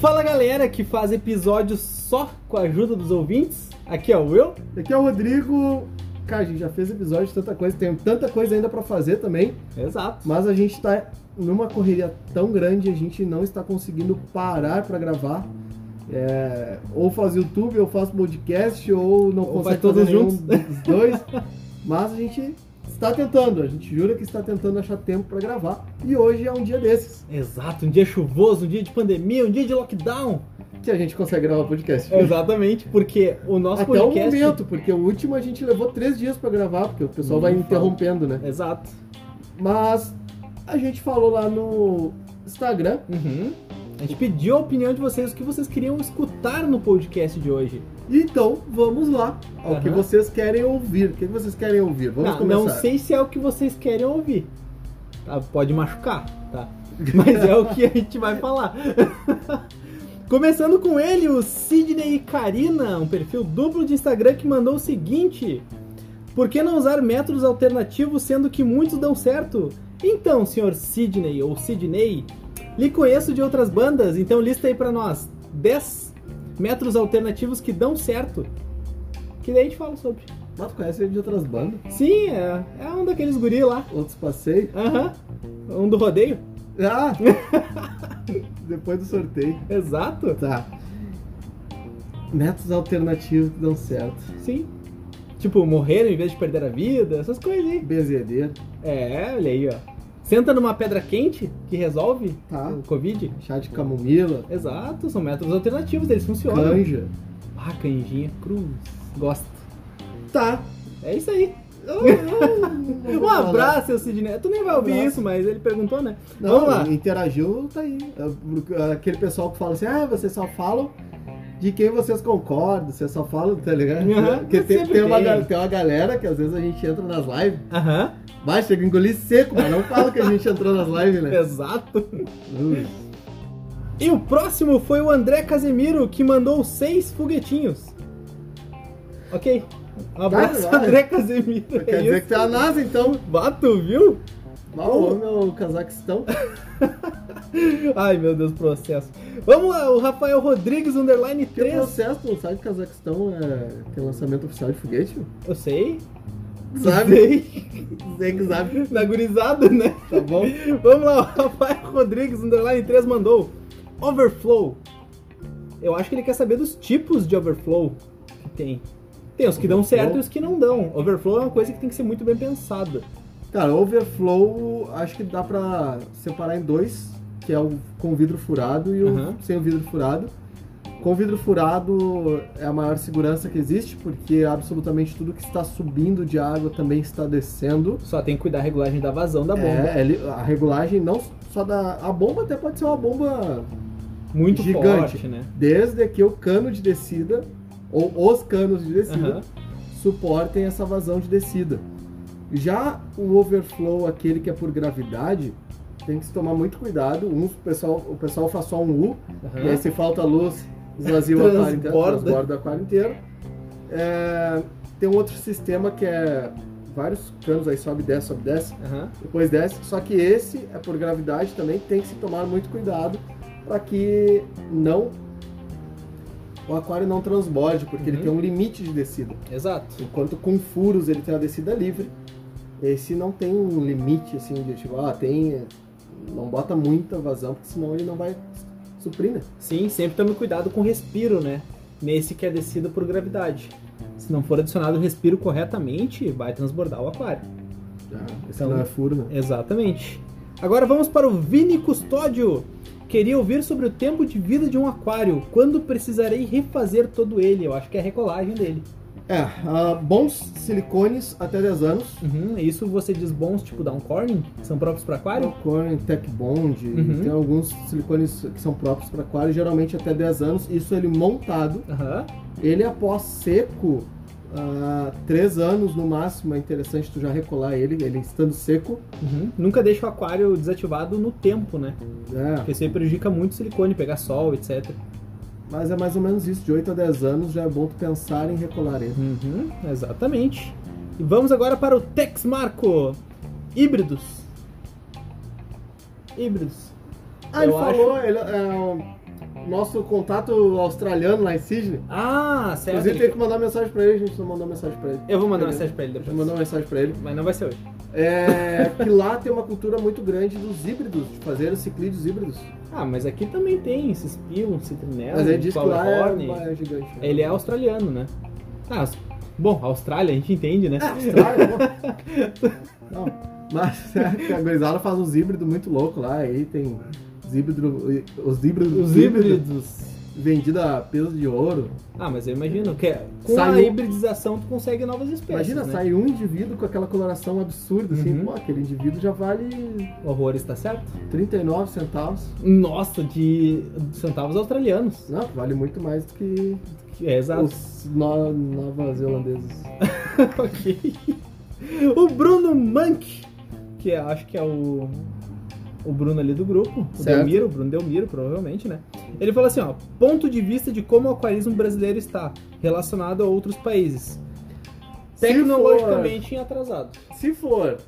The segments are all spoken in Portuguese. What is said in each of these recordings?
Fala galera que faz episódios só com a ajuda dos ouvintes. Aqui é o Will. Aqui é o Rodrigo. Cara, a gente já fez episódio de tanta coisa, tem tanta coisa ainda pra fazer também, Exato. mas a gente tá numa correria tão grande, a gente não está conseguindo parar pra gravar. É, ou faz YouTube, ou faz podcast, ou não Ou faz consegue todos fazer nenhum juntos. dos dois. Mas a gente está tentando, a gente jura que está tentando achar tempo pra gravar. E hoje é um dia desses Exato, um dia chuvoso, um dia de pandemia, um dia de lockdown. que a gente consegue gravar podcast. Exatamente, porque o nosso É. Até É, podcast. o momento, porque o último a gente levou três dias pra gravar, porque o pessoal Hum, vai fala. interrompendo, né? Exato. Mas a gente falou lá no Instagram. Uhum. A gente pediu a opinião de vocês, o que vocês queriam escutar no podcast de hoje. Então vamos lá ao Aham. que vocês querem ouvir. O que vocês querem ouvir? Vamos Não, começar. não sei se é o que vocês querem ouvir. Tá? Pode machucar, tá? Mas é o que a gente vai falar. Começando com ele, o Sidney Carina, um perfil duplo de Instagram que mandou o seguinte: Por que não usar métodos alternativos sendo que muitos dão certo? Então, senhor Sidney ou Sidney, lhe conheço de outras bandas, então lista aí pra nós 10 métodos alternativos que dão certo. Que daí a gente fala sobre. Mas tu conhece ele de outras bandas? Sim, é, é um daqueles guri lá. Outros passeios? Aham. Um do rodeio. Ah! Depois do sorteio. Exato. Tá. Métodos alternativos que dão certo. Sim. Tipo, morreram em vez de perder a vida, essas coisas aí. Bezedeiro. É, olha aí, ó. Senta numa pedra quente que resolve Tá. o Covid. Chá de camomila. Exato, são métodos alternativos, eles funcionam. Canja. Ah, canjinha cruz. Gosto. Tá. É isso aí. Eu- eu não vou Um falar. abraço, seu Sidney. Tu nem vai ouvir Abraço. isso, mas ele perguntou, né? Não, Vamos lá. interagiu, tá aí. É, Aquele pessoal que fala assim, ah, vocês só falam de quem vocês concordam, vocês só falam, tá ligado? Aham, Porque mas tem, sempre tem uma, tem. gal- tem uma galera que às vezes a gente entra nas lives, Aham. vai, chega a engolir seco, mas não fala que a gente entrou nas lives, né? Exato. Ui, E o próximo foi o André Casemiro, que mandou seis foguetinhos. Ok. Um abraço, Vai, vai. André Casemiro. Quer é dizer isso. que tem a NASA, então. Bato, viu? Mal, meu Cazaquistão. Ai, meu Deus, processo. Vamos lá, o Rafael Rodrigues, underline Que o 3. processo, não sabe que Cazaquistão é... tem lançamento oficial de foguete? meu? Eu sei. Sabe? Sei. Sei que sabe, Na gurizada, né? tá bom? Vamos lá, o Rafael Rodrigues, underline 3, mandou. Overflow. Eu acho que ele quer saber dos tipos de overflow que tem. Tem os que dão Overflow? certo e os que não dão. Overflow é uma coisa que tem que ser muito bem pensada. Cara, overflow, acho que dá pra separar em dois, que é o com vidro furado e o Aham. sem o vidro furado. Com vidro furado é a maior segurança que existe, porque absolutamente tudo que está subindo de água também está descendo. Só tem que cuidar da regulagem da vazão da bomba. É, ele- a regulagem não só da. A bomba até pode ser uma bomba Muito Gigante. forte, né? desde que o cano de descida, ou os canos de descida, Aham. suportem essa vazão de descida. Já o overflow, aquele que é por gravidade, tem que se tomar muito cuidado. Um, o, pessoal, o pessoal faz só um U, Aham. e aí se falta luz, esvazia o aquário inteiro, Transborda. transborda o aquário inteiro. É, tem um outro sistema que é vários canos, aí sobe, desce, sobe, desce, Aham. depois desce. Só que esse é por gravidade também, tem que se tomar muito cuidado para que não o aquário não transborde, porque ele Uhum. tem um limite de descida. Exato. Enquanto com furos ele tem a descida livre, esse não tem um limite assim de tipo, ah, tem. Não bota muita vazão, porque senão ele não vai suprir, né? Sim, sempre tome cuidado com o respiro, né? Nesse que é descida por gravidade. Se não for adicionado o respiro corretamente, vai transbordar o aquário. Esse não é furo, né? Exatamente. Agora vamos para o Vini Custódio. Queria ouvir sobre o tempo de vida de um aquário. Quando precisarei refazer todo ele? Eu acho que é a recolagem dele. É, ah, bons silicones até 10 anos. Uhum, Isso você diz bons, tipo downcorning, que são próprios para aquário? Silicone, Tech Bond, Uhum. tem alguns silicones que são próprios para aquário, geralmente até 10 anos. Isso ele montado. Aham. Ele após seco, 3 anos no máximo, é interessante tu já recolar ele, ele estando seco. Uhum. Nunca deixa o aquário desativado no tempo, né? né? Porque isso aí prejudica muito o silicone, pegar sol, etc. Mas é mais ou menos isso, de 8 a 10 anos já é bom tu pensar em recolar ele. Uhum, exatamente. E vamos agora para o Tex Marco. Híbridos. Híbridos. Ah, ele Eu falou, ele, é, nosso contato australiano lá em Sydney. Ah, certo. Inclusive, tem que mandar mensagem pra ele, a gente não mandou mensagem pra ele. Eu vou mandar Beleza. mensagem pra ele A gente depois. mandou mensagem pra ele. Mas não vai ser hoje. É que lá tem uma cultura muito grande dos híbridos, de fazer os ciclídeos híbridos. Ah, mas aqui também tem esses pilum, citrinela, Mas ele diz que lá Flowerhorn. é, é gigante. né? É, Ele é australiano, né? Ah, as- bom, Austrália, a gente entende, né? Austrália, pô. Não, mas é, a gurizada faz uns híbridos muito loucos lá, aí tem os híbridos, os híbridos, Os híbridos. vendidos a peso de ouro. Ah, mas eu imagino que com Sai a um- hibridização tu consegue novas espécies. Imagina, né? sai um indivíduo com aquela coloração absurda, assim, Uhum. pô, aquele indivíduo já vale O horror está tá certo? 39 centavos. Nossa, de centavos australianos. Não, vale muito mais do que É exato. os no, nova zelandeses. ok. O Bruno Mank, que eu acho que é o. O Bruno ali do grupo, o Certo. Delmiro, o Bruno Delmiro, provavelmente, né? Ele falou assim: ó, ponto de vista de como o aquarismo brasileiro está relacionado a outros países. Se Tecnologicamente atrasado. Se for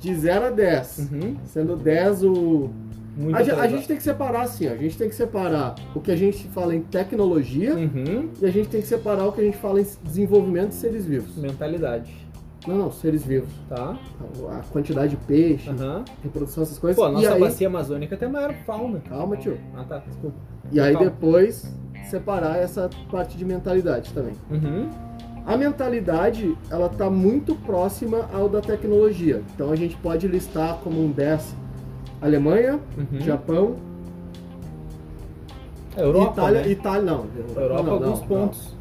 de 0 a 10, Uhum. sendo 10 o Muito A, ge- a atrasado. gente tem que separar assim, ó. a gente tem que separar o que a gente fala em tecnologia Uhum. e a gente tem que separar o que a gente fala em desenvolvimento de seres vivos. Mentalidade, Não, não, seres vivos. tá? A quantidade de peixe, Aham. reprodução, essas coisas. Pô, a e nossa aí, bacia amazônica tem a maior fauna. Calma, tio. Ah, tá, desculpa. E aí Calma. depois separar essa parte de mentalidade também. Uhum. A mentalidade, ela tá muito próxima ao da tecnologia. Então a gente pode listar como um 10 Alemanha, Uhum. Japão, É, Europa, Itália, né? Itália não. Europa, não, não, alguns não. pontos.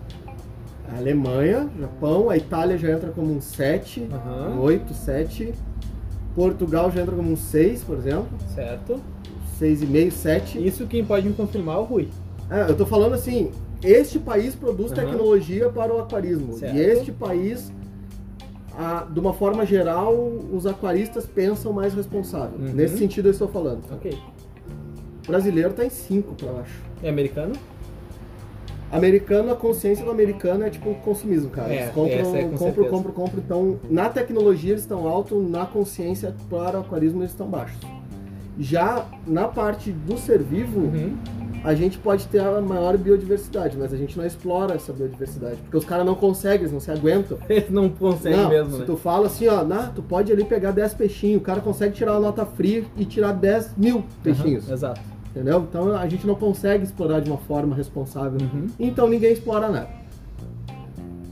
A Alemanha, Japão, a Itália já entra como um 7, Aham. um 8, 7. Portugal já entra como um 6, por exemplo. Certo. 6,5, 7. Isso quem pode me confirmar é o Rui. Ah, eu tô falando assim, este país produz Aham. tecnologia para o aquarismo. Certo. E este país, ah, de uma forma geral, os aquaristas pensam mais responsável. Uhum. Nesse sentido eu estou falando. Ok. O brasileiro tá em 5, eu acho. É americano? Americano, a consciência do americano é tipo consumismo, cara. É, Eles essa compram, é com compram, certeza. compram, compram. Então, na tecnologia eles estão alto, na consciência para o aquarismo eles estão baixos. Já na parte do ser vivo, Uhum. a gente pode ter a maior biodiversidade, mas a gente não explora essa biodiversidade, porque os caras não conseguem, eles não se aguentam. Ele não consegue não, mesmo, se né? tu fala assim, ó, nah, tu pode ali pegar 10 peixinhos, o cara consegue tirar a nota fria e tirar 10 mil peixinhos, Aham, é. Exato. entendeu? Então a gente não consegue explorar de uma forma responsável Uhum. então ninguém explora nada.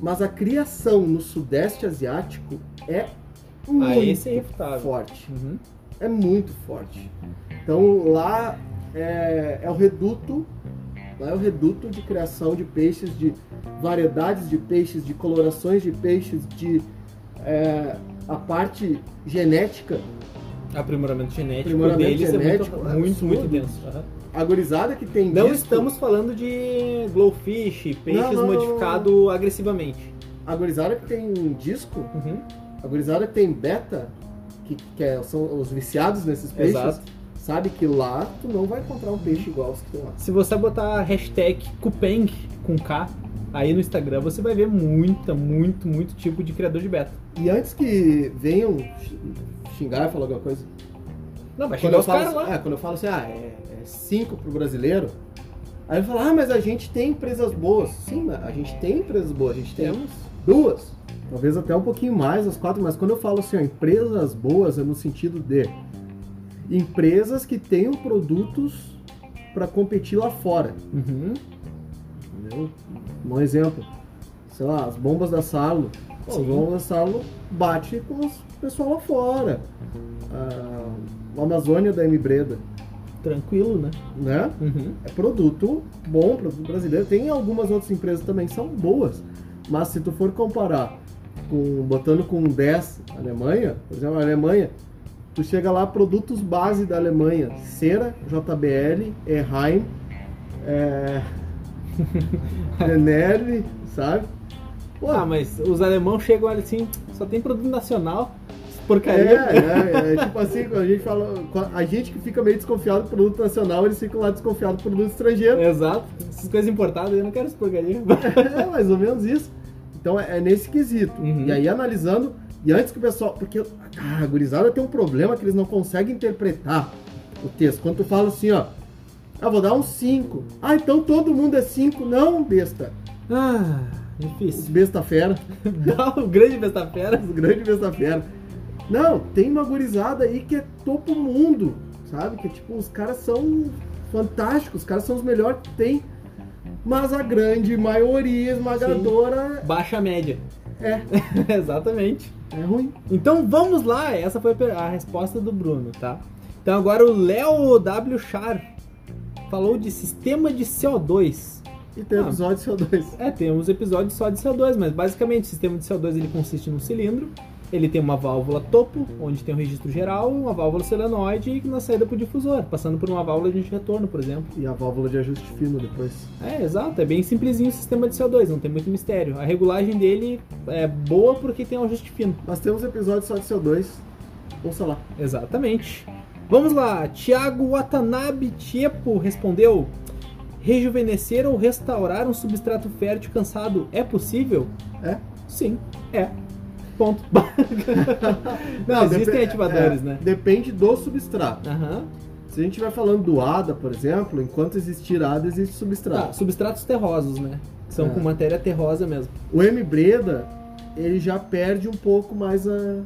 Mas a criação no Sudeste Asiático é Ah, muito esse é irrefutável. forte. Uhum. É muito forte. Então lá é, é o reduto, lá é o reduto de criação de peixes, de variedades de peixes, de colorações de peixes, de é, a parte genética. Aprimoramento genético Aprimoramento deles genético, é muito, muito, muito absurdo. denso. Aham. A gorizada que tem Não disco, estamos falando de glowfish, peixes não, não, modificados agressivamente. a gorizada que tem um disco Uhum. A gurizada que tem beta, que, que é- são os viciados nesses peixes, Exato. sabe que lá tu não vai encontrar um peixe igual os que tem lá. Se você botar a hashtag Kupeng com K aí no Instagram, você vai ver muita, muito, muito tipo de criador de beta. E antes que venham x- xingar, falar alguma coisa. Não, vai Quando chegar eu, os caras falo, lá. é, quando eu falo assim, ah, é, é cinco pro brasileiro. Aí eu falo, ah, mas a gente tem empresas boas. Sim, mas a gente tem empresas boas, a gente tem Temos. duas. Talvez até um pouquinho mais, as quatro, mas quando eu falo assim, ó, empresas boas é no sentido de empresas que tenham produtos para competir lá fora. Uhum. Entendeu? Um exemplo. Sei lá, as bombas da Sarlo. Pô, as Sim. bombas da Sarlo bate com o pessoal lá fora. Ah, a Amazônia da M. Breda, Tranquilo, né? né? Uhum. É produto bom, produto brasileiro. Tem algumas outras empresas também que são boas. Mas se tu for comparar com botando com 10 a Alemanha, por exemplo, a Alemanha, tu chega lá produtos base da Alemanha, Cera, JBL, Erheim, é... Denelli, sabe? Pô, Ah, mas os alemão chegam ali assim, só tem produto nacional, essas é, porcaria. é, é, tipo assim, quando a gente fala, a gente que fica meio desconfiado do produto nacional, eles ficam lá desconfiados do produto estrangeiro. Exato. Essas coisas importadas, eu não quero essas porcaria. É mais ou menos isso. Então é, é nesse quesito. Uhum. E aí analisando, e antes que o pessoal. Porque cara, a gurizada tem um problema que eles não conseguem interpretar o texto. Quando tu fala assim, ó. Ah, vou dar um 5. Ah, então todo mundo é 5. Não, besta. Ah, Os difícil. besta fera. Dá o grande besta fera. Os grandes besta fera. Não, tem uma gurizada aí que é topo mundo, sabe? Que tipo, os caras são fantásticos, os caras são os melhores que tem. Mas a grande maioria esmagadora Baixa a média. é, Exatamente. é ruim. Então vamos lá, essa foi a per- a resposta do Bruno, tá? Então agora o Léo W. Char falou de sistema de CO2. E tem Ah. episódio CO2. É, temos episódios só de CO2, mas basicamente o sistema de CO2 ele consiste num cilindro, ele tem uma válvula topo, onde tem o registro geral, uma válvula solenoide e na saída para o difusor, passando por uma válvula de retorno, por exemplo. E a válvula de ajuste fino depois. É, exato, é bem simplesinho o sistema de CO2, não tem muito mistério. A regulagem dele é boa porque tem um ajuste fino. Nós temos episódio só de CO2. Ouça lá. Exatamente. Vamos lá, Thiago Watanabe Tiepo respondeu: Rejuvenescer ou restaurar um substrato fértil cansado é possível? É? Sim, é. Ponto. Não, existem Depe- ativadores, é, né? Depende do substrato. Aham. Se a gente vai falando do ADA, por exemplo, enquanto existir ADA, existe substrato. Tá, substratos terrosos, né? São É. com matéria terrosa mesmo. O M Breda, ele já perde um pouco mais a,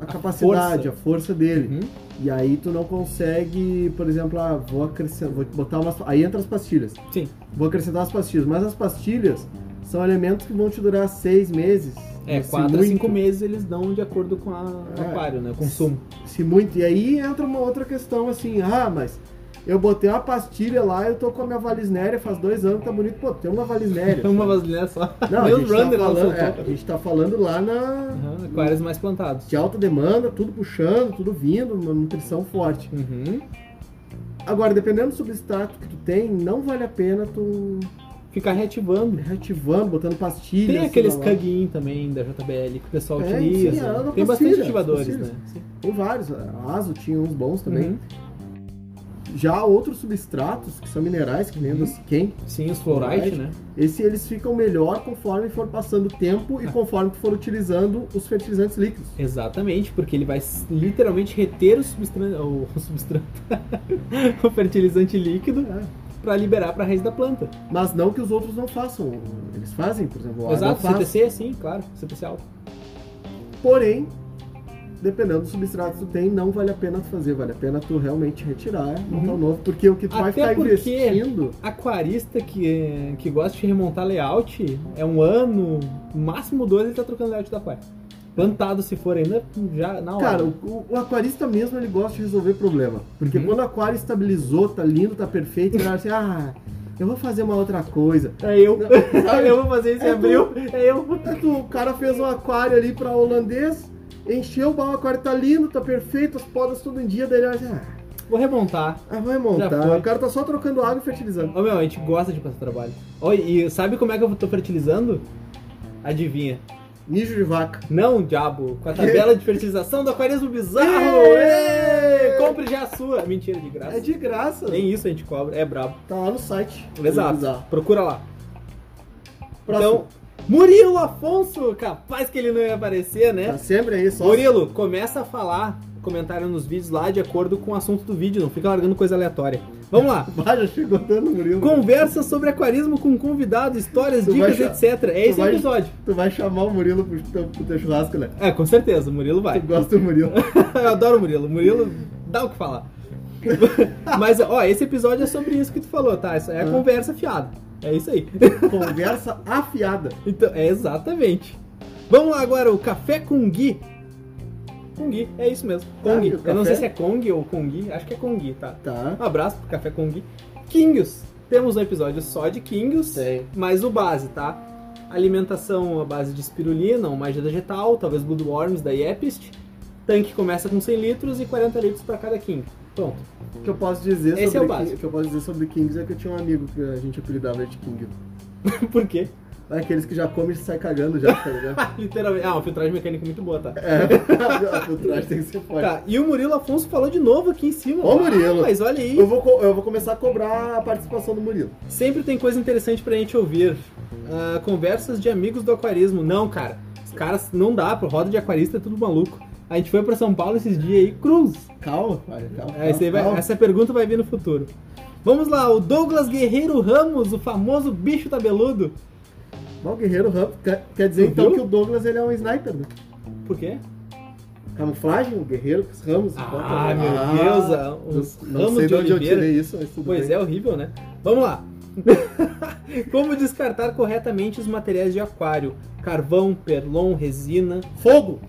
a, capacidade, força. a força dele. Uhum. E aí tu não consegue, por exemplo, ah, vou acrescentar, vou botar umas, aí entra as pastilhas. Sim, Vou acrescentar as pastilhas, mas as pastilhas são elementos que vão te durar seis meses. é, se 4 a assim, muito. 5 meses eles dão de acordo com a, o É. aquário, né? O consumo. Se muito. E aí entra uma outra questão assim, ah, mas eu botei uma pastilha lá, eu tô com a minha valisnéria faz dois anos, tá bonito. Pô, tem uma valisnéria. Uma vasilha só. Não, a Nem os gente, tá runner não falando, soltou. é, a gente tá falando lá na, Aham, aquários mais plantados. de alta demanda, tudo puxando, tudo vindo, uma nutrição forte. Uhum. Agora, dependendo do substrato que tu tem, não vale a pena tu Ficar reativando. reativando, botando assim, pastilhas. Tem sei aqueles é lá. caguin também da JBL que o pessoal É, utiliza. sim, ela não tem precisa, bastante ativadores, precisa. né? Sim. Tem vários, a Aso tinha uns bons também. Uhum. Já outros substratos, que são minerais, que nem Uhum. uhum. quem, Sim, os fluorite, Fluorite. né? esse eles ficam melhor conforme for passando o tempo e conforme tu for utilizando os fertilizantes líquidos. Exatamente, porque ele vai s- literalmente reter o substrato, o, o substrato, o fertilizante líquido É. para liberar para a raiz da planta. Mas não que os outros não façam. Eles fazem, por exemplo, o Exato, Exato, faz. CTC, sim, claro, CTC alto. Porém, dependendo do substrato que tu tem, não vale a pena tu fazer, vale a pena tu realmente retirar, montar um novo, porque o que tu vai Uhum. Até ficar porque- investindo Aquarista que, que gosta de remontar layout, é um ano, no máximo dois, ele tá trocando layout da aquário. Plantado, se for ainda, já na hora. Cara, o, o- o aquarista mesmo, ele gosta de resolver problema. Porque Uhum. quando o aquário estabilizou, tá lindo, tá perfeito, ele acha assim, ah, eu vou fazer uma outra coisa. é eu. Sabe? eu vou fazer isso em É abril, é eu. Aí tu- O cara fez um aquário ali pra holandês, encheu o baú, o aquário tá lindo, tá perfeito, as podas todo em dia, daí ele acha, ah, Vou remontar. ah, vai Já montar. foi. O cara tá só trocando água e fertilizando. Ô meu, a gente gosta de passar trabalho. Ó, e sabe como é que eu tô fertilizando? Adivinha. Mijo de vaca. Não, diabo, com a tabela de fertilização do aquarismo bizarro! Ê! Ê! Compre já a sua! Mentira, de graça. É de graça. Nem isso a gente cobra, é brabo. Tá lá no site. Exato. Bizarro. Procura lá. Próximo. Então, Murilo Afonso, capaz que ele não ia aparecer, né? tá sempre aí, só. Murilo, começa a falar comentário nos vídeos lá de acordo com o assunto do vídeo, não fica largando coisa aleatória. Vamos lá! Vai, já chegou dando Murilo. Conversa sobre aquarismo com convidado, histórias, Tu vai dicas, etc. É tu esse vai- episódio. Tu vai chamar o Murilo pro teu, pro teu churrasco, né? É, com certeza, o Murilo Tu vai. gosta do Murilo. Eu adoro o Murilo. O Murilo dá o que falar. Mas, ó, esse episódio é sobre isso que tu falou, tá? Isso é a Ah. conversa fiada. É isso aí. Conversa afiada. Então, é exatamente. Vamos lá agora, o Café com Gui. Com Gui, é isso mesmo. Com Ah, Gui. e o Eu não café? sei se é Kong ou com Gui, acho que é com Gui, tá? Tá. Um abraço pro Café com Gui. Kingios. Temos um episódio só de Kingios. Tem. Mas o base, tá? Alimentação à base de espirulina, ou magia vegetal, talvez Bloodworms da Yepist. Tanque começa com 100 litros e 40 litros pra cada King. Pronto. O que eu posso dizer Esse sobre é o básico. King- que eu posso dizer sobre Kings é que eu tinha um amigo que a gente apelidava de King. Por quê? Aqueles que já come e sai cagando já, tá ligado? Literalmente. Ah, uma filtragem mecânica muito boa, tá? É, a filtragem tem que ser forte. Tá, e o Murilo Afonso falou de novo aqui em cima. Ô, Murilo. Ah, mas olha aí, Eu, vou, co- eu vou começar a cobrar a participação do Murilo. sempre tem coisa interessante pra gente ouvir. Ah, conversas de amigos do aquarismo. Não, cara. Os caras não dá, pro roda de aquarista é tudo maluco. A gente foi pra São Paulo esses dias aí, cruz. Calma, pai, calma. Essa, É, aí vai- calma. essa pergunta vai vir no futuro. Vamos lá, o Douglas Guerreiro Ramos, o famoso bicho tabeludo. Bom, Guerreiro Ramos quer- quer dizer Tu então viu? que o Douglas ele é um sniper, né? Por quê? Camuflagem, o Guerreiro, os Ramos. Ah, enquanto- meu Ah, Deus, ah, os não Ramos sei de de onde eu Oliveira. tirei isso, mas tudo Pois bem. é, horrível, né? Vamos lá. Como descartar corretamente os materiais de aquário? Carvão, perlon, resina. Fogo!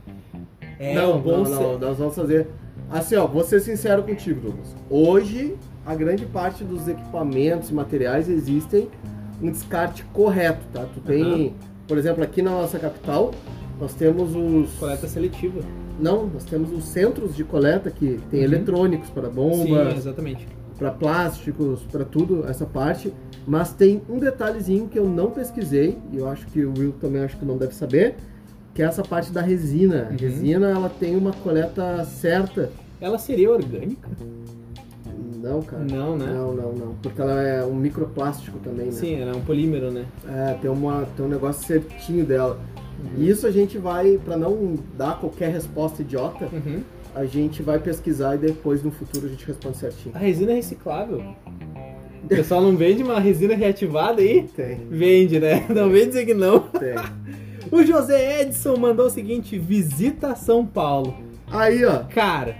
É não, um bom não, se- não, nós vamos fazer. Assim, ó, vou ser sincero contigo, Douglas. Hoje, a grande parte dos equipamentos e materiais existem um descarte correto, tá? Tu tem, por exemplo, aqui na nossa capital, nós temos os. Coleta seletiva. Não, nós temos os centros de coleta que tem Uhum. eletrônicos para Sim, bombas, exatamente. para plásticos, para tudo essa parte, mas tem um detalhezinho que eu não pesquisei e eu acho que o Will também acho que não deve saber, que é essa parte da resina. A Uhum. resina ela tem uma coleta certa. Ela seria orgânica? Não, cara. Não, né? Ah, Não, não, não. Porque ela é um microplástico também, né? Sim, ela é um polímero, né? É, tem, uma, tem um negócio certinho dela. E isso a gente vai, para não dar qualquer resposta idiota, Uhum. a gente vai pesquisar e depois no futuro a gente responde certinho. A resina é reciclável. O pessoal não vende uma resina é reativada aí? Tem, Vende, né? Não vem dizer que não. tem. O José Edson mandou o seguinte: visita São Paulo. Aí, ó. Cara,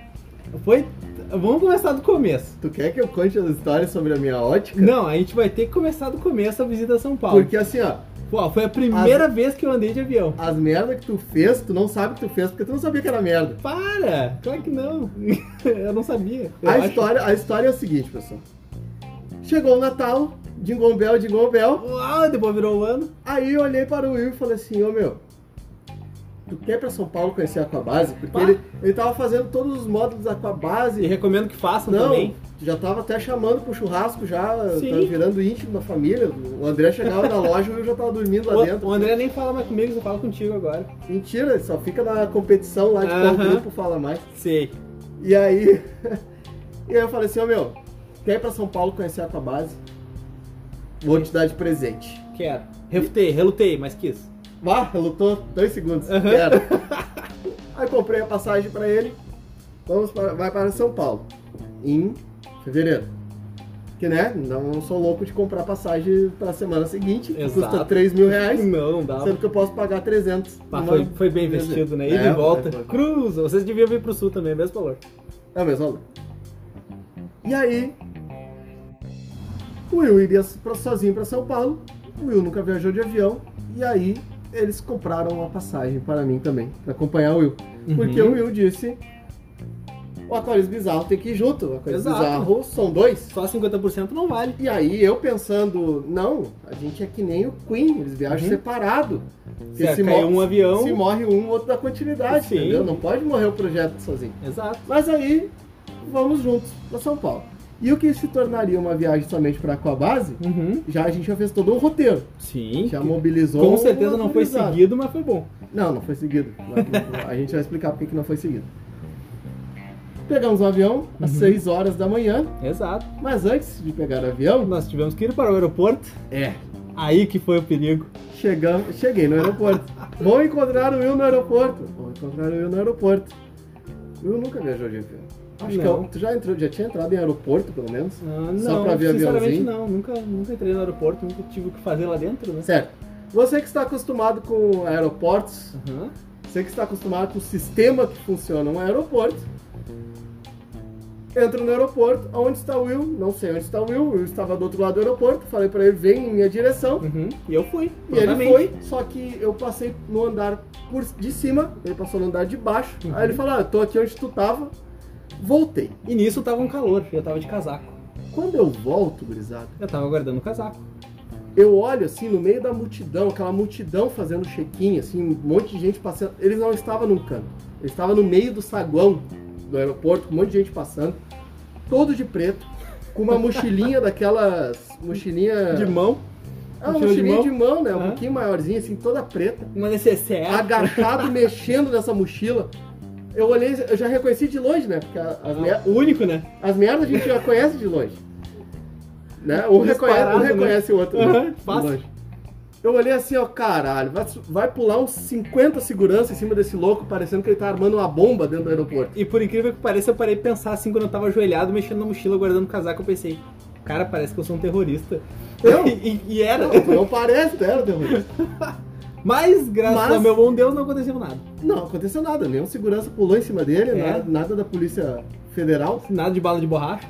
foi. Vamos começar do começo. Tu quer que eu conte as histórias sobre a minha ótica? Não, a gente vai ter que começar do começo a visita a São Paulo. Porque assim, ó, Pô, foi a primeira vez que eu andei de avião. as merdas que tu fez, tu não sabe que tu fez, porque tu não sabia que era merda. Para! Claro que não. eu não sabia. Eu a, acho. história, a história é o seguinte, pessoal. Chegou o Natal, Jingle Bell, Jingle Bell, Uau, depois virou o ano. aí eu olhei para o Will e falei assim, ô meu, tu quer ir pra São Paulo conhecer a Aquabase? Porque Pá. ele, ele tava fazendo todos os módulos da E Aquabase. recomendo que façam Não, também. já tava até chamando pro churrasco, já Sim. tava virando íntimo da família. O André chegava na loja e o Will já tava dormindo lá dentro. O, o André nem fala mais comigo, só fala contigo agora. Mentira, só fica na competição lá de qual Aham. grupo fala mais. Sei. E aí, e aí eu falei assim, ô meu, quer ir pra São Paulo conhecer a tua base? Vou te dar de presente. Quero. Refutei, relutei, mas quis. Vá, lutou dois segundos. Aham. Quero. aí comprei a passagem pra ele. Vamos para, vai para São Paulo. Em fevereiro. Que né? Não sou louco de comprar passagem pra semana seguinte. que Custa Exato. 3 mil reais. Não, não dava. Sendo que eu posso pagar 300. Mas numa- foi, foi bem investido, né? Ida É, e volta. foi, foi. Cruza, vocês deviam vir pro sul também, mesmo valor. É o mesmo aluno. E aí, o Will iria pra- sozinho para São Paulo. O Will nunca viajou de avião. E aí, eles compraram uma passagem para mim também, para acompanhar o Will. Porque o Uhum. Will disse: o Aquarius Bizarro tem que ir junto. O Aquarius Exato. Bizarro são dois. Só 50% não vale. E aí, eu pensando: não, a gente é que nem o Queen, eles viajam Uhum. separado. Porque Se se caiu mo- um avião. Se morre um, o outro dá continuidade, Sim. entendeu? Não pode morrer o projeto sozinho. Exato. Mas aí, vamos juntos para São Paulo. E o que se tornaria uma viagem somente para Aquabase, Uhum. já a gente já fez todo um roteiro. Sim. Já mobilizou. Com uma certeza não foi autorizada. seguido, mas foi bom. Não, não foi seguido. Mas a gente vai explicar por que não foi seguido. Pegamos o avião às Uhum. 6 horas da manhã, Exato. mas antes de pegar o avião, Nós tivemos que ir para o aeroporto. é, Aí que foi o perigo. chegamos, cheguei no aeroporto. Vou encontrar o Will no aeroporto. Vou encontrar o Will no aeroporto. O Will nunca viajou de avião. Acho que Não. eu, tu já entrou, já tinha entrado em aeroporto, pelo menos? Ah, não, Só pra ver sinceramente aviãozinho? não. Nunca, nunca entrei no aeroporto, nunca tive o que fazer lá dentro, né? Certo. Você que está acostumado com aeroportos, Aham. você que está acostumado com o sistema que funciona um aeroporto, entra no aeroporto, onde está o Will? Não sei onde está o Will, o Will estava do outro lado do aeroporto, falei para ele, vem em minha direção, Uhum. E eu fui. e ele prontamente. foi, só que eu passei no andar por, de cima, ele passou no andar de baixo, Uhum. aí ele falou, ah, eu tô aqui onde tu tava, voltei. E nisso tava um calor, eu tava de casaco. Quando eu volto, gurizada, Eu tava guardando um o casaco. Eu olho assim no meio da multidão, aquela multidão fazendo check-in, assim, um monte de gente passando. Eles não estavam num canto. Eles estavam no meio do saguão do aeroporto, com um monte de gente passando, todo de preto, com uma mochilinha daquelas. Mochilinha. De mão, é uma mochila de mochilinha de mão, né? É. Um Aham. pouquinho maiorzinha, assim, toda preta. uma necessaire. Agachado, mexendo nessa mochila. Eu olhei, eu já reconheci de longe, né? Porque a- as, mer- Ah, único, né? as merdas a gente já conhece de longe. Né? Um, reconhece, um Disparado, né? reconhece o outro. Aham, né? De fácil. longe. Eu olhei assim, ó, caralho, vai, vai pular uns 50 segurança em cima desse louco, parecendo que ele tá armando uma bomba dentro do aeroporto. E por incrível que pareça, eu parei de pensar assim quando eu tava ajoelhado, mexendo na mochila, guardando o um casaco, eu pensei, Cara, parece que eu sou um terrorista. Não. E, e era. Não, não parece, tu era terrorista. Mas, graças Mas- ao meu bom Deus, não aconteceu nada. Não, aconteceu nada, nenhum segurança pulou em cima dele, É. nada, nada da Polícia Federal. Nada de bala de borracha.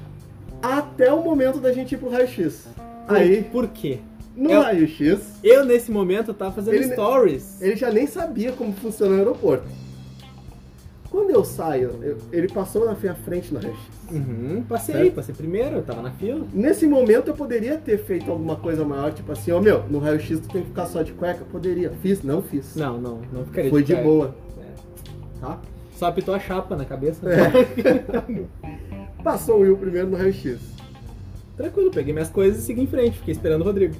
Até o momento da gente ir pro raio-x. Por- Aí, Por quê? no Eu- raio-x, Eu, nesse momento, tava fazendo Ele- stories. ele já nem sabia como funciona o aeroporto. Quando eu saio, eu- ele passou na minha frente no raio-x. Uhum, passei, Certo. passei primeiro, eu tava na fila. Nesse momento eu poderia ter feito alguma coisa maior, tipo assim, ó meu, no raio-x tu tem que ficar só de cueca? Poderia. Fiz? Não fiz. Não, não, não ficaria Foi de pé. boa, É. tá? Só apitou a chapa na cabeça. É. Passou o Will primeiro no raio-x. Tranquilo, peguei minhas coisas e segui em frente, fiquei esperando o Rodrigo.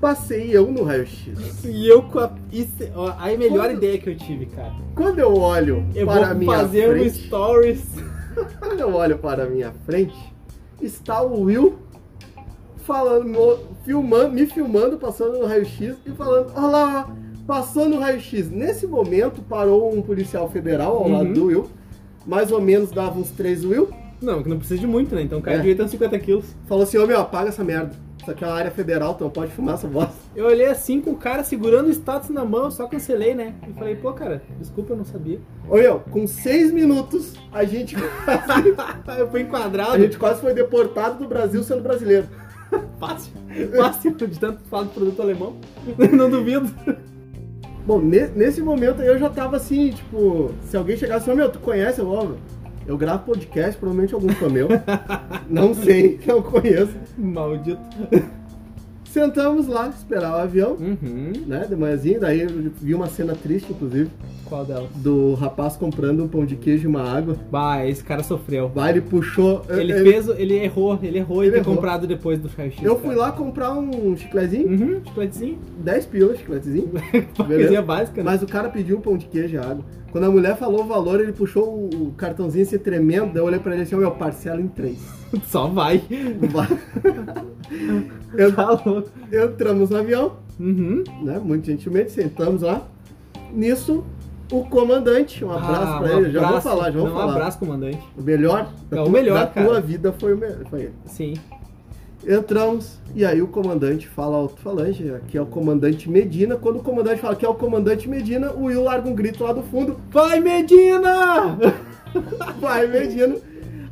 Passei eu no raio-x. E eu com a. isso- ó, a melhor Quando- ideia que eu tive, cara. Quando eu olho Eu para a vou minha fazer um frente, stories. quando eu olho para a minha frente, está o Will falando, mo- filmando, me filmando, passando no raio-x e falando, olha lá, passou no raio-x. Nesse momento parou um policial federal ao lado Uhum. do Will, mais ou menos dava uns três Will. Não, que não precisa de muito, né? Então o cara É. devia ter uns 50 quilos. Falou assim, ô meu, apaga essa merda. Isso aqui é uma área federal, tu não pode filmar essa bosta. Eu olhei assim com o cara segurando o status na mão, eu só cancelei, né? E falei, pô, cara, desculpa, eu não sabia. Ô meu, com seis minutos a gente, eu fui a enquadrado. gente quase foi deportado do Brasil sendo brasileiro. Fácil. Fácil, de tanto falar de produto alemão. não duvido. Bom, ne- nesse momento aí eu já tava assim, tipo, se alguém chegasse e ô meu, tu conhece o homem? Eu gravo podcast, provavelmente algum fã meu. não sei, não conheço. Maldito. Sentamos lá, esperar o avião, Uhum. né, de manhãzinha, daí eu vi uma cena triste, inclusive, Qual delas? do rapaz comprando um pão de queijo e uma água. Bah, esse cara sofreu. Vai, ele puxou. eu- Ele eu- fez, o- ele errou, ele errou É, Ele e ter errou. comprado depois do raio-x. Eu cara. fui lá comprar um chiclezinho, Uhum, chicletezinho. 10 pilas, chicletezinho. Uma coisinha básica, né? Mas o cara pediu um pão de queijo e água. Quando a mulher falou o valor, ele puxou o- o cartãozinho assim tremendo. Daí eu olhei pra ele assim: "Ô, meu parcelo em três. Só vai. Vai. Tá louco. Entramos no avião, Uhum. né? Muito gentilmente, sentamos lá. Nisso, o comandante, um abraço Ah, pra um ele. Já vou abraço. falar, já vou Não, falar. Um abraço, comandante. O melhor da, É, o tua, melhor, da tua cara. vida foi, o me- foi ele. Sim. Entramos, e aí o comandante fala alto-falante, aqui é o comandante Medina. Quando o comandante fala que é o comandante Medina, o Will larga um grito lá do fundo, Vai, Medina! vai Medina.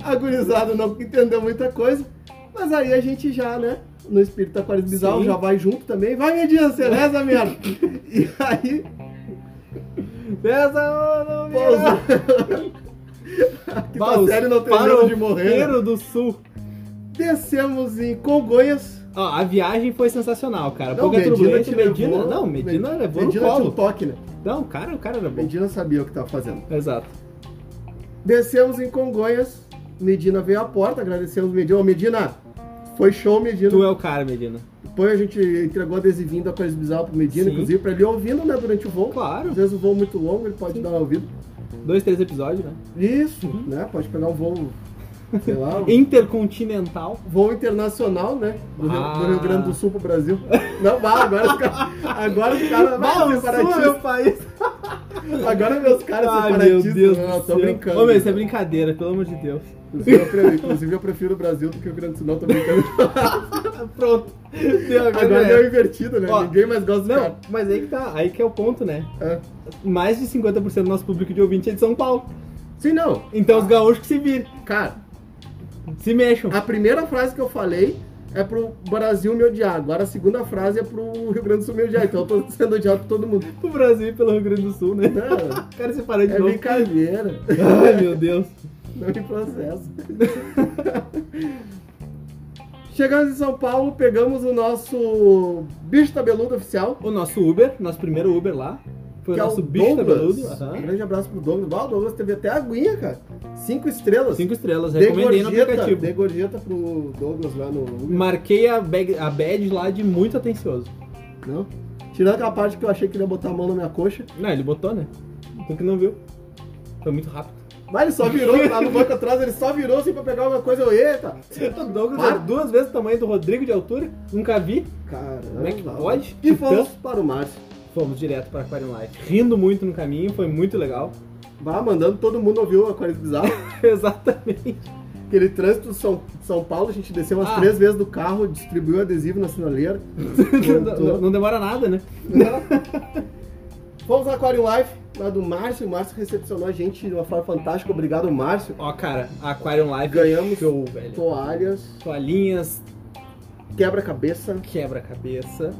Agonizado não entendeu muita coisa, mas aí a gente já, né, no espírito da quaresma bizarro, Sim. já vai junto também. Vai Medina, você reza merda. E aí, Dessa onda, pousa. que Bah, tá os sério, não tem medo de morrer. né? Piero do Sul. Descemos em Congonhas. Ó, a viagem foi sensacional, cara. Não, Pouca turbulência, te Medina. levou- não, Medina levou Medina no tinha um colo. toque, né? Não, cara, o cara era bom. Medina sabia o que tava fazendo. Exato. Descemos em Congonhas, Medina veio à porta, agradecemos Medina. Ô, Medina, foi show, Medina. Tu é o cara, Medina. Depois a gente entregou adesivinho da Coisa Bizarra pro Medina, Sim. inclusive, pra ele ir ouvindo, né, durante o voo. Claro. Às vezes o voo é muito longo, ele pode Sim. dar uma ouvida. Dois, três episódios, né? Isso, né, pode pegar um voo, sei lá, um Intercontinental. voo internacional, né, do, Rio- Ah. do Rio Grande do Sul pro Brasil. Não, vá, agora os caras, agora os caras, Bah, o vai, Sul, separatistas. meu país. Agora meus caras Ai, meu separatistas. Deus não, do tô céu. brincando. Ô, meu, isso é brincadeira, pelo amor de Deus. Inclusive, eu pre- Inclusive, eu prefiro o Brasil do que o Rio Grande do Sul, não, tô brincando. Pronto. Deu, agora Agora é. deu invertido, né? Ó, Ninguém mais gosta do Não, cara. mas aí que tá, aí que é o ponto, né? É. Mais de 50% do nosso público de ouvinte é de São Paulo. Sim, não. Então os gaúchos que se virem, Cara, se mexam. a primeira frase que eu falei é pro Brasil me odiar. Agora a segunda frase é pro Rio Grande do Sul me odiar. Então eu tô sendo odiado por todo mundo. pro Brasil e pelo Rio Grande do Sul, né? Não, O cara se parou de é novo. brincadeira. Ai, meu Deus. Não me processa. Chegamos em São Paulo, pegamos o nosso bicho tabeludo oficial. O nosso Uber, nosso primeiro Uber lá, foi que o é nosso o bicho Douglas. cabeludo. Um Aham. grande abraço pro Douglas. Ah, o Douglas teve até aguinha, cara. Cinco estrelas. Cinco estrelas, de recomendei no gorjeta, aplicativo. de gorjeta pro Douglas lá no Uber. Marquei a, bag, a badge lá de muito atencioso. Não? Tirando aquela parte que eu achei que ele ia botar a mão na minha coxa. Não, ele botou, né? Tu que não viu. Foi muito rápido. Mas ele só virou lá no banco atrás, ele só virou assim pra pegar alguma coisa. Eu, eita! O Douglas Para. é duas vezes o tamanho do Rodrigo de altura. Nunca vi. Caramba. Como é que pode? E fomos para o Márcio. Fomos direto pra Aquarium Life. Rindo muito no caminho, foi muito legal. Vá mandando, todo mundo ouviu a coisa bizarra. Exatamente. Aquele trânsito de São, São Paulo, a gente desceu umas Ah. três vezes do carro, distribuiu adesivo na sinaleira. não, voltou. não- não demora nada, né? Vamos na Aquarium Life, lá do Márcio. O Márcio recepcionou a gente de uma forma fantástica. Obrigado, Márcio. Ó, cara, a Aquarium Live Ganhamos show, velho. Toalhas, Toalhinhas, quebra-cabeça. quebra-cabeça.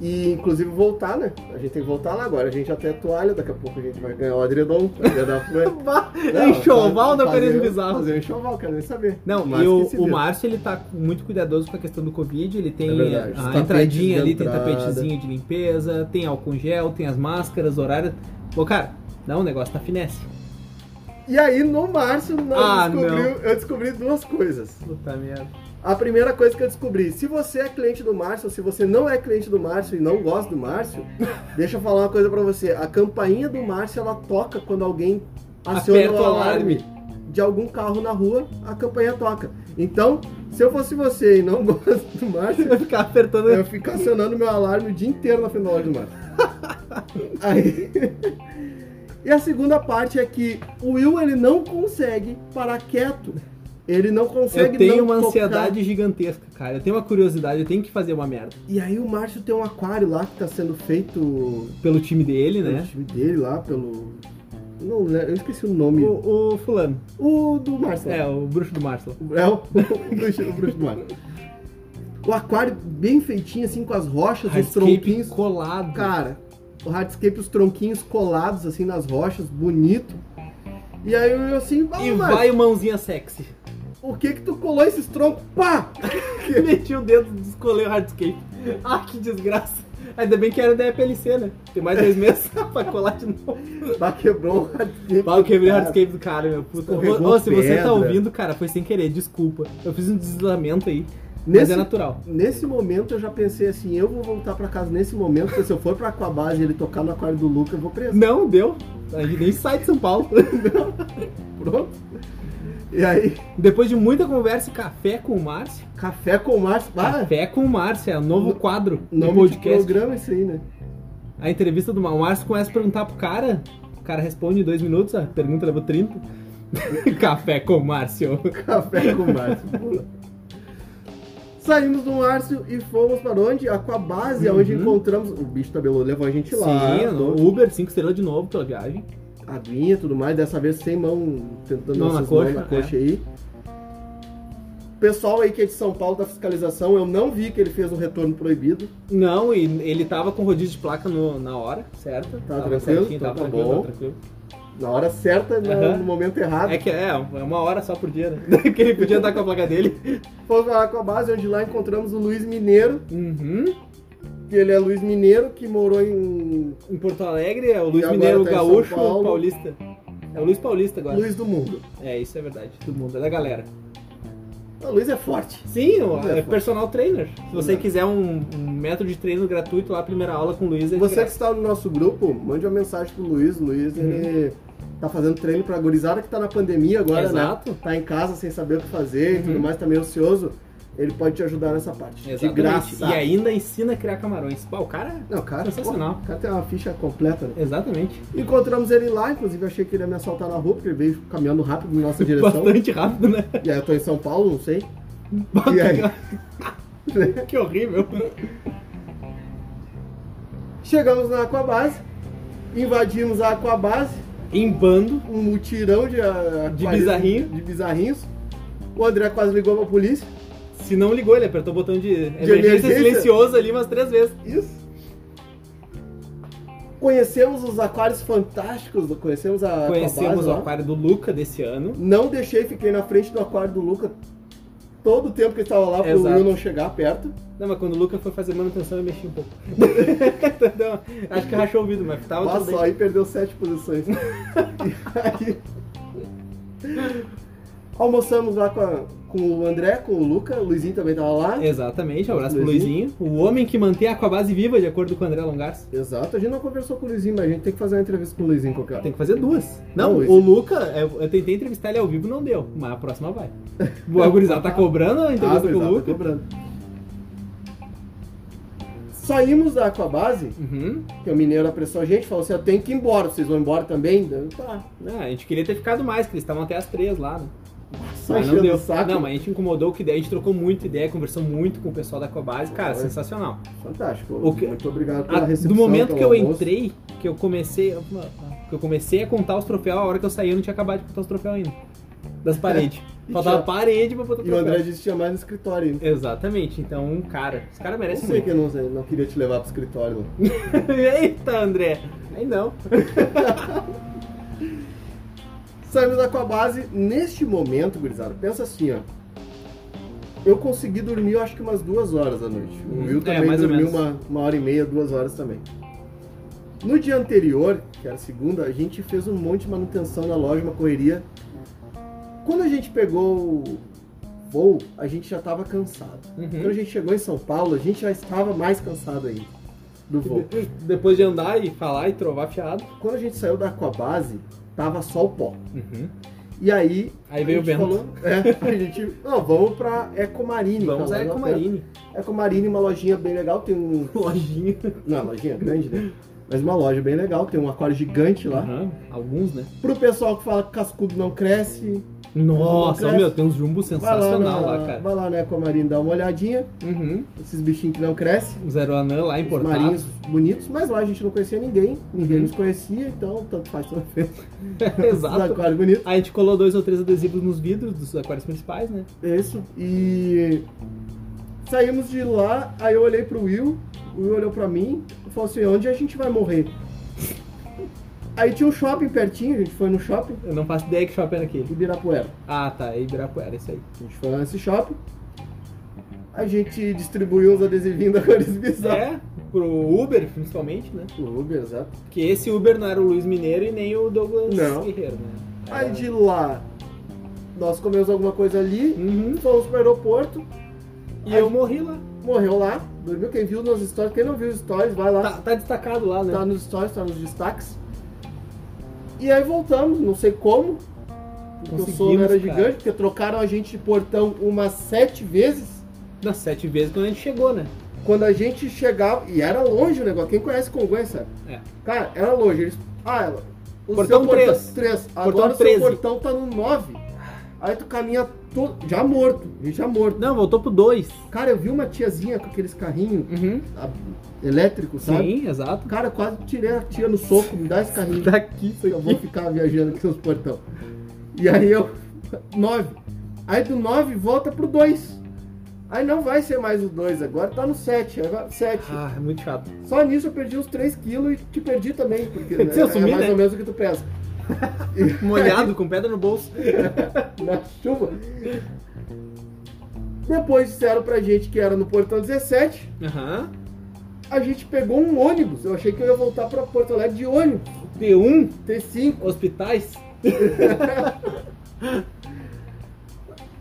E inclusive voltar, né? A gente tem que voltar lá agora. A gente já tem a toalha, daqui a pouco a gente vai ganhar o edredom, vai ganhar a flor. Não, é Enxoval fazer- da Pereira fazer- Bizarro. Fazer um enxoval, quero nem saber. Não, Mas e o, que se o vira. Márcio ele tá muito cuidadoso com a questão do Covid, ele É tem verdade, os a tapetes de entradinha ali, entrada. tem tapetezinho de limpeza, tem álcool em gel, tem as máscaras, horário. Pô, cara, não, o negócio tá finesse. E aí no Márcio nós Ah, descobriu- eu descobri duas coisas. Puta merda. A primeira coisa que eu descobri, se você é cliente do Márcio, ou se você não é cliente do Márcio e não gosta do Márcio, deixa eu falar uma coisa pra você. A campainha do Márcio ela toca quando alguém aciona Aperta o o alarme, alarme. de algum carro na rua, a campainha toca. Então, se eu fosse você e não gosta do Márcio, Vai ficar apertando. eu fico acionando meu alarme o dia inteiro na frente da loja do Márcio. Aí. E a segunda parte é que o Will ele não consegue parar quieto. Ele não consegue Eu tenho não uma tocar. ansiedade gigantesca, cara. Eu tenho uma curiosidade, eu tenho que fazer uma merda. E aí o Márcio tem um aquário lá que tá sendo feito Pelo time dele, pelo né? time dele lá, pelo. Não, le- eu esqueci o nome. O, O, o fulano. do Márcio. lá. É, o bruxo do Márcio. O- É o, o bruxo, o bruxo do Márcio. O aquário bem feitinho, assim, com as rochas, os Hardscape tronquinhos. colado. Cara, o hardscape, os tronquinhos colados, assim, nas rochas, bonito. E aí eu assim, "Ah, e Márcio, vai mãozinha sexy. o que que tu colou esses troncos? Pá! Meti o dedo, descolei o hardscape. Ah, que desgraça. Ainda bem que era da EPLC, né? Tem mais dois meses pra colar de novo. Bah, quebrou o hardscape. Bah, eu quebrei o Cara, hardscape do cara, meu puta. Escorregou Ô, ô, se você pedra. tá ouvindo, cara, foi sem querer, desculpa. Eu fiz um deslizamento aí. Mas Nesse é natural. Nesse momento eu já pensei assim, eu vou voltar pra casa nesse momento, porque se eu for pra Aquabase e ele tocar no aquário do Luca, eu vou preso. Não, deu. A gente nem sai de São Paulo. Pronto. E aí, Depois de muita conversa e café com o Márcio. café com o Márcio. Ah, Café com o Márcio, é o novo No- quadro do nome de podcast. programa isso aí, né? A entrevista do Márcio. O Márcio começa a perguntar pro cara. O cara responde em dois minutos, a pergunta levou 30. Café com o Márcio. Café com o Márcio. Pula. Saímos do Márcio e fomos para onde? Aquabase, Uhum. onde encontramos. O bicho tabelou levou a gente lá. Sim, no do- Uber, 5 estrelas de novo pela viagem. Aguinha e tudo mais, dessa vez sem mão, tentando Mão na nossas mãos coxa, é. na coxa aí. Pessoal aí que é de São Paulo da fiscalização, eu não vi que ele fez um retorno proibido. Não, e ele tava com rodízio de placa no- na hora, certo? Tá Tava tranquilo, certinho, tá tava bom. tranquilo, tava tranquilo. Na hora certa, na- Aham. no momento errado. É que é, é uma hora só por dia, né? que ele podia andar com a placa dele. Fomos lá com a base, onde lá encontramos o Luiz Mineiro, Uhum. que ele é Luiz Mineiro, que morou em Em Porto Alegre é o E Luiz agora Mineiro, tá em São gaúcho Paulo. ou paulista? É o Luiz Paulista agora. Luiz do Mundo. É, isso é verdade. Do mundo, é da galera. O Luiz é forte. Sim, o, É, é personal trainer. Se você Exato. quiser um, um método de treino gratuito lá, primeira aula com o Luiz, é de Você que graça. está no nosso grupo, mande uma mensagem pro Luiz. O Luiz, ele tá fazendo treino pra gurizada que tá na pandemia agora, Uhum. Exato. né? Tá em casa sem saber o que fazer e tudo Uhum. mais, tá meio ocioso. Ele pode te ajudar nessa parte. Exatamente. De graça. E ainda ensina a criar camarões. Pô, o cara. é Não, cara, Sensacional. pô, o cara tem uma ficha completa, né? Exatamente. Encontramos ele lá, inclusive achei que ele ia me assaltar na rua, porque ele veio caminhando rápido em nossa direção. Bastante rápido, né? E aí eu tô em São Paulo, não sei. E aí? que horrível. Chegamos na Aquabase, invadimos a Aquabase, Em bando. um mutirão de, ah, De 40 bizarrinho. de bizarrinhos. O André quase ligou pra polícia. Se não ligou, ele apertou o botão de emergência, emergência. silencioso ali umas três vezes. Isso. Conhecemos os aquários fantásticos, conhecemos a Conhecemos Aquabase o lá. aquário do Luca desse ano. Não deixei, fiquei na frente do aquário do Luca todo o tempo que ele estava lá, pro Exato. Will não chegar perto. Não, mas quando o Luca foi fazer manutenção, eu mexi um pouco. Então, acho que rachou o vidro, mas tava tudo Passou bem. aí, perdeu sete posições. E aí- Almoçamos lá com, a- com o André, com o Luca, o Luizinho também tava lá. É. Exatamente, abraço pro Luizinho. Luizinho. O homem que mantém a aquabase viva, de acordo com o André Longarça. Exato, a gente não conversou com o Luizinho, mas a gente tem que fazer uma entrevista com o Luizinho qualquer hora. Tem que fazer duas. Não, Luiz. o Luca, é, eu, eu tentei entrevistar ele ao vivo, não deu. Mas a próxima vai. O Agurizal tá cobrando a Ah, entrevista com exato, o Luca. tá cobrando. Saímos da Aquabase, Uhum. que é o mineiro apressou a gente, falou assim, eu tenho que ir embora, vocês vão embora também? Eu, Tá. Ah, a gente queria ter ficado mais, que eles estavam até as três lá, né? só Mas não Tá enchendo deu. o saco. Não, mas a gente incomodou que daí a gente trocou muita ideia, conversou muito com o pessoal da Cobase, cara, Foi. sensacional. Fantástico. O que- Muito obrigado A- pela recepção. do momento pelo que eu almoço. entrei, que eu comecei. Que eu comecei a contar os troféus, a hora que eu saí eu não tinha acabado de contar os troféus ainda. Das paredes. E Faltava tinha- parede pra botar É. E o troféu. André disse que tinha mais no escritório ainda. Exatamente, então, cara, os caras Não merecem sei muito. que eu não, não queria te levar pro escritório. não. Eita, André! Aí não. Saímos da Aquabase. Neste momento, gurizada, pensa assim, ó. Eu consegui dormir, eu acho que umas duas horas à noite. O Hum, Will é, também mais ou dormiu menos. uma, uma hora e meia, duas horas também. No dia anterior, que era segunda, a gente fez um monte de manutenção na loja, uma correria. Quando a gente pegou o voo, a gente já estava cansado. Quando a Uhum. gente chegou em São Paulo, a gente já estava mais cansado ainda do voo. Depois de andar e falar e trovar fiado. Quando a gente saiu da Aquabase, tava só o pó. Uhum. E aí. Aí a veio o gente vento. é, a gente. Não, vamos pra Ecomarine. Vamos cara, a lá na Ecomarine. perto. Ecomarine, uma lojinha bem legal, tem um. Lojinha. Não, lojinha grande, né? Mas uma loja bem legal, tem um aquário gigante lá. Uhum. Alguns, né? Pro pessoal que fala que cascudo não cresce, Nossa, Cresce. meu, tem uns jumbos vai lá, na, sensacional lá, cara. vai lá na Ecomarine dar uma olhadinha. Uhum. Esses bichinhos que não crescem. O Zero Anã lá Os importado. marinhos bonitos, mas lá a gente não conhecia ninguém, ninguém Uhum. nos conhecia, então tanto faz, tanto fez. Esses Exato. aquários bonitos. A gente colou dois ou três adesivos nos vidros dos aquários principais, né? É Isso. E saímos de lá, aí eu olhei pro Will, o Will olhou pra mim e falou assim, onde a gente vai morrer? Aí tinha um shopping pertinho, a gente foi no shopping, Eu não faço ideia que shopping era aquele. Ibirapuera. Ah, tá. É Ibirapuera, isso aí. A gente foi lá nesse shopping, a gente distribuiu uns adesivinhos da Cores Bizarro. É, pro Uber, principalmente, né? O Uber, exato. Porque esse Uber não era o Luiz Mineiro e nem o Douglas Não. Guerreiro, né? Aí de lá, nós comemos alguma coisa ali, Uhum. fomos pro aeroporto, E eu morri lá. morreu lá, dormiu. Quem viu nos stories, quem não viu os stories, vai lá. Tá, tá destacado lá, né? Tá nos stories, tá nos destaques. E aí voltamos, não sei como. Porque o sono Conseguimos, cara. era gigante, porque trocaram a gente de portão umas sete vezes. Nas sete vezes quando a gente chegou, né? Quando a gente chegava. E era longe o negócio. Quem conhece Congonhas sabe? É. Cara, era longe. Eles. Ah, ela. O Portão seu três. portão 3. Agora Portão o seu 13. portão tá no 9. Aí tu caminha todo. Já morto. A gente já morto. Não, voltou pro dois. Cara, eu vi uma tiazinha com aqueles carrinhos Uhum. ah, elétricos, sabe? Sim, exato. Cara, quase tirei a tia no soco, me dá esse carrinho. Daqui, Falei, Eu vou ficar viajando aqui nos portão. E aí eu. 9. Aí do 9 volta pro 2. Aí não vai ser mais o 2, agora tá no 7. Agora 7. Ah, é muito chato. Só nisso eu perdi uns 3 quilos e te perdi também, porque Tem que se é, assumir, é mais né? ou menos o que tu pesa. Molhado, com pedra no bolso. Na chuva. Depois disseram pra gente que era no portão 17. Aham. A gente pegou um ônibus. Eu achei que eu ia voltar pra Porto Alegre de ônibus. T1, T5. hospitais.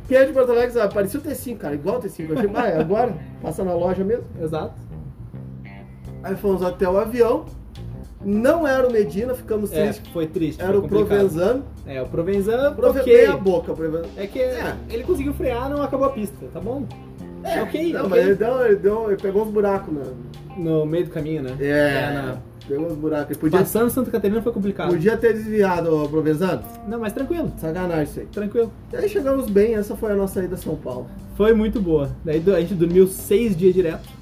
Quem é de Porto Alegre sabe, parecia o T5, cara, igual o T5. Eu achei, "Ah, é agora, passa na loja mesmo. Exato. Aí fomos até o avião. Não era o Medina, ficamos É, tristes. foi triste. era foi o complicado. Provenzano. É, o Provenzano, Prove... ok. Meia boca, Provenzano. É que É. ele conseguiu frear, não acabou a pista, tá bom? É, ok, Não, ok. mas ele, deu, ele, deu, ele pegou uns buracos, né? No meio do caminho, né? É, não. Pegou uns buracos. Ele podia, Passando Santa Catarina foi complicado. podia ter desviado, ô, Provenzano. Não, mas tranquilo, Sacanagem isso aí. tranquilo. E aí chegamos bem, essa foi a nossa ida a São Paulo. Foi muito boa. Daí do- a gente dormiu seis dias direto.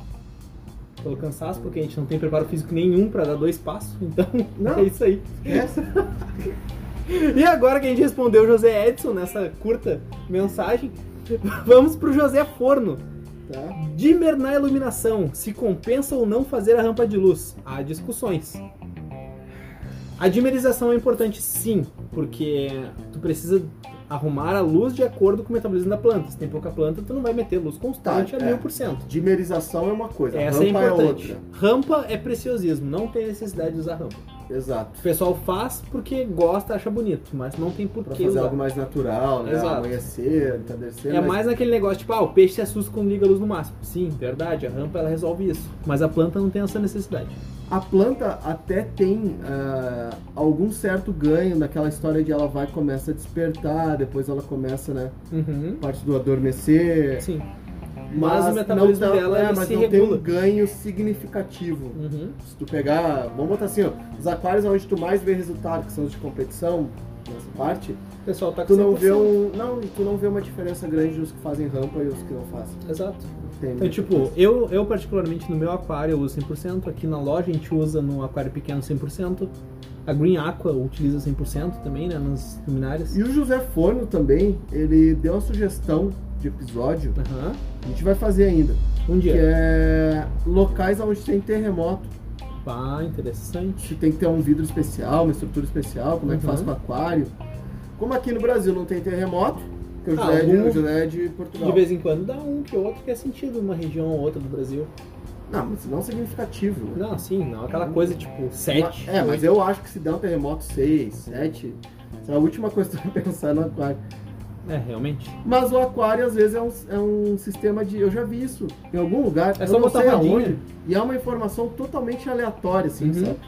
Pelo cansaço, porque a gente não tem preparo físico nenhum pra dar dois passos, então Não. é isso aí. Essa? E agora que a gente respondeu o José Edson nessa curta mensagem, vamos pro José Forno. tá. Dimmer na iluminação, se compensa ou não fazer a rampa de luz? Há discussões. A dimerização é importante sim, porque tu precisa arrumar a luz de acordo com o metabolismo da planta. Se tem pouca planta, tu não vai meter luz constante Tá, a é. 1000%. Dimerização é uma coisa, Essa é rampa é, importante. outra. rampa é preciosismo, não tem necessidade de usar rampa. Exato. O pessoal faz porque gosta, acha bonito, mas não tem Pra porquê fazer usar. algo né? mais natural, né? Exato. Amanhecer, entardecer. É mas- mais naquele negócio, tipo, ah, o peixe se assusta quando liga a luz no máximo. Sim, verdade, a rampa ela resolve isso. Mas a planta não tem essa necessidade. A planta até tem ah, algum certo ganho naquela história de ela vai começa a despertar, depois ela começa, né? Uhum. Parte do adormecer. Sim. Mas o metabolismo não tá- dela, é, ele mas se não tem regula. um ganho significativo. Uhum. Se tu pegar, vamos botar assim, ó, os aquários é onde tu mais vê resultado, que são os de competição, nessa parte, O pessoal tá com tu não vê 100%. um. Não, e tu não vê uma diferença grande dos que fazem rampa e os que não fazem. Exato. Tem Então, muita tipo, eu, eu particularmente no meu aquário eu uso 100%, aqui na loja a gente usa no aquário pequeno 100%, a Green Aqua utiliza 100% também, né, nas luminárias. E o José Forno também, ele deu uma sugestão de episódio, Aham. a gente vai fazer ainda, Um que dia. é locais onde tem terremoto, Pá, interessante. se tem que ter um vidro especial, uma estrutura especial, como é que Uhum. faz com aquário. Como aqui no Brasil não tem terremoto, porque o Ah, José, é de- algum- o José é de Portugal. De vez em quando dá um que outro que é sentido uma região ou outra do Brasil. Não, mas não é significativo. né? Não, assim, não, aquela coisa tipo 7. É, mas eu acho que se der um terremoto 6, 7, é a última coisa que tu vai pensar no aquário. É, realmente. Mas o aquário, às vezes, é um, é um sistema de. Eu já vi isso em algum lugar. É eu só não botar sei rodinha. aonde. E é uma informação totalmente aleatória, assim, Uhum. sabe?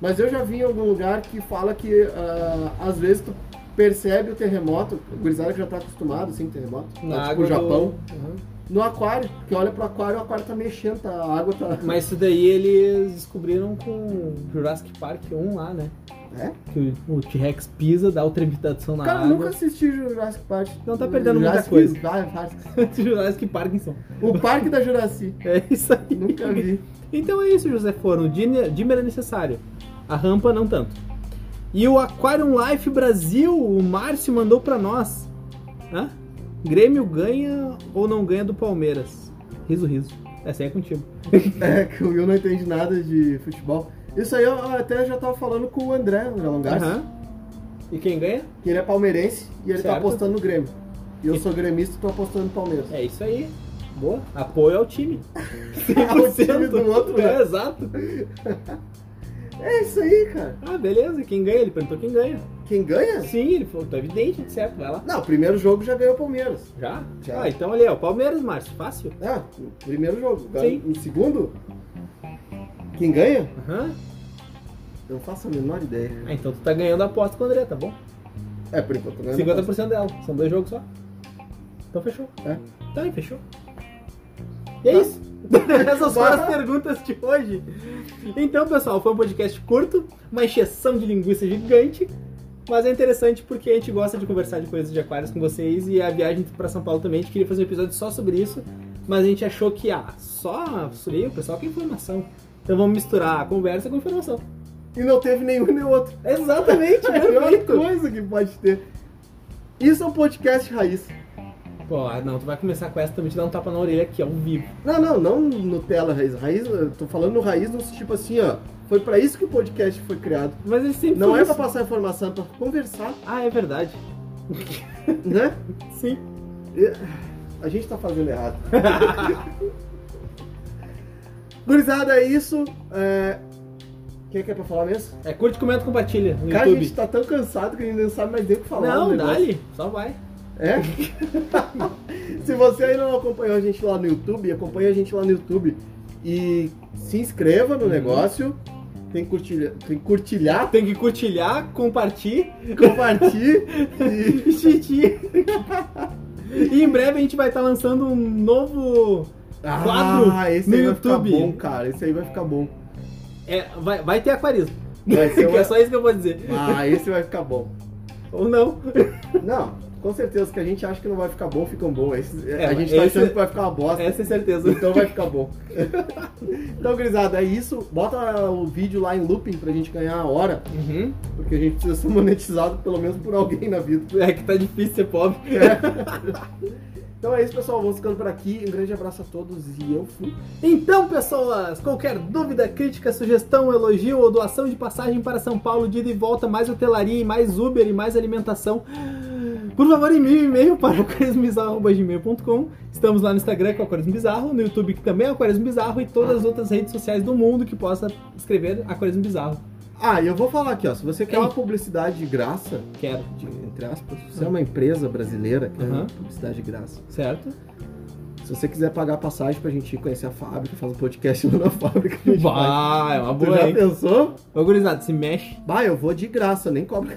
Mas eu já vi em algum lugar que fala que ah, às vezes tu percebe o terremoto, o gurizada que já tá acostumado, assim, com terremoto, Na tá, tipo água o Japão, do- Aham. no aquário, que olha pro aquário, o aquário tá mexendo, tá, a água tá. Mas isso daí eles descobriram com Jurassic Park 1 lá, né? É? Que o o T-Rex pisa, dá o trepidação na Cara, eu água. nunca assisti Jurassic Park. Não tá perdendo muita Jurassic coisa. Park. Jurassic Parkinson. O Parque da Juraci. É isso aí. Nunca vi. Então é isso, José Forno. Dimmer dimmer é necessário. A rampa, não tanto. E o Aquarium Life Brasil, o Márcio mandou pra nós. Hã? Grêmio ganha ou não ganha do Palmeiras? Riso, riso. Essa aí é contigo. É, que o Will não entende nada de futebol. Isso aí eu até já tava falando com o André, André Longarça, Aham. E quem ganha? que ele é palmeirense e ele Certo. tá apostando no Grêmio. E eu sou gremista e tô apostando no Palmeiras. É isso aí. Boa. Apoio ao time. tá Ao É time do outro, né? É, exato. É isso aí, cara. Ah, beleza. Quem ganha? Ele perguntou quem ganha. Quem ganha? Sim, ele falou, tá evidente, certo, vai lá. Não, o primeiro jogo já ganhou o Palmeiras. Já? Já. Ah, então ali, ó, Palmeiras, Márcio, fácil. Ah, o primeiro jogo. Agora, Sim. O segundo? Quem ganha? Aham. Não faço a menor ideia. Ah, então tu tá ganhando a aposta com o André, tá bom? É, por enquanto. né? 50% dela. São dois jogos só. Então fechou. É. Tá aí, fechou. E é Tá. isso. Essas foram as perguntas de hoje. Então, pessoal, foi um podcast curto, uma encheção de linguiça gigante. Mas é interessante porque a gente gosta de conversar de coisas de aquários com vocês e a viagem pra São Paulo também. A gente queria fazer um episódio só sobre isso, mas a gente achou que, ah, só sobre aí, o pessoal quer informação. Então vamos misturar a conversa com a informação. E não teve nenhum nem outro. Exatamente, É a pior perfeito. coisa que pode ter. Isso é um podcast raiz. Pô, ah, não, tu vai começar com essa também te dar um tapa na orelha aqui, ao vivo. Não, não, não Nutella raiz. Raiz, eu tô falando no raiz no tipo assim, ó. Foi pra isso que o podcast foi criado. Mas ele sempre Não foi é isso. pra passar informação, é pra conversar, Ah, é verdade. né? Sim. A gente tá fazendo errado. Gurizada, é isso. É... O que é que é pra falar mesmo? É, curte, comenta, compartilha no Cara, a YouTube. gente tá tão cansado que a gente não sabe mais nem o que falar. Não, do negócio. dali, só vai. É? se você ainda não acompanhou a gente lá no YouTube, acompanha a gente lá no YouTube e se inscreva no Uhum. negócio. Tem que curtilha- tem que curtilhar, Tem que curtilhar, compartilhar compartilhe e e xixi. e em breve a gente vai estar lançando um novo. Quadro ah, esse no aí YouTube. vai ficar bom, cara. Esse aí vai ficar bom. É, vai, vai ter aquarismo. Vai ser É uma- só isso que eu vou dizer. Ah, esse vai ficar bom. Ou não. Não, com certeza que a gente acha que não vai ficar bom, ficam bom. Esse- É, a mas gente tá esse- achando que vai ficar uma bosta. Essa é certeza. Então vai ficar bom. então, gurizada, é isso. Bota o vídeo lá em looping pra gente ganhar a hora. Uhum. Porque a gente precisa ser monetizado pelo menos por alguém na vida. É que tá difícil ser pobre. Então é isso, pessoal. Vamos ficando por aqui. Um grande abraço a todos e eu fui. Então, pessoas, qualquer dúvida, crítica, sugestão, elogio ou doação de passagem para São Paulo, de ida e volta, mais hotelaria, e mais Uber e mais alimentação, por favor, envie um e-mail para aquarismobizarro.gmail.com. Estamos lá no Instagram com o Aquarismo Bizarro, no YouTube que também é Aquarismo Bizarro e todas as outras redes sociais do mundo que possa escrever Aquarismo Bizarro. Ah, e eu vou falar aqui, ó. Se você quer Ei. uma publicidade de graça, Quero, de- entre aspas, se você é uma empresa brasileira que Aham. é publicidade de graça. certo? Se você quiser pagar passagem pra gente ir conhecer a fábrica, fazer um podcast lá na fábrica. a gente faz. Vai, é uma Tu boa, já hein? pensou? Ô, gurizada, se mexe. Bah, eu vou de graça, nem cobro.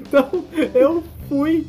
Então, eu fui.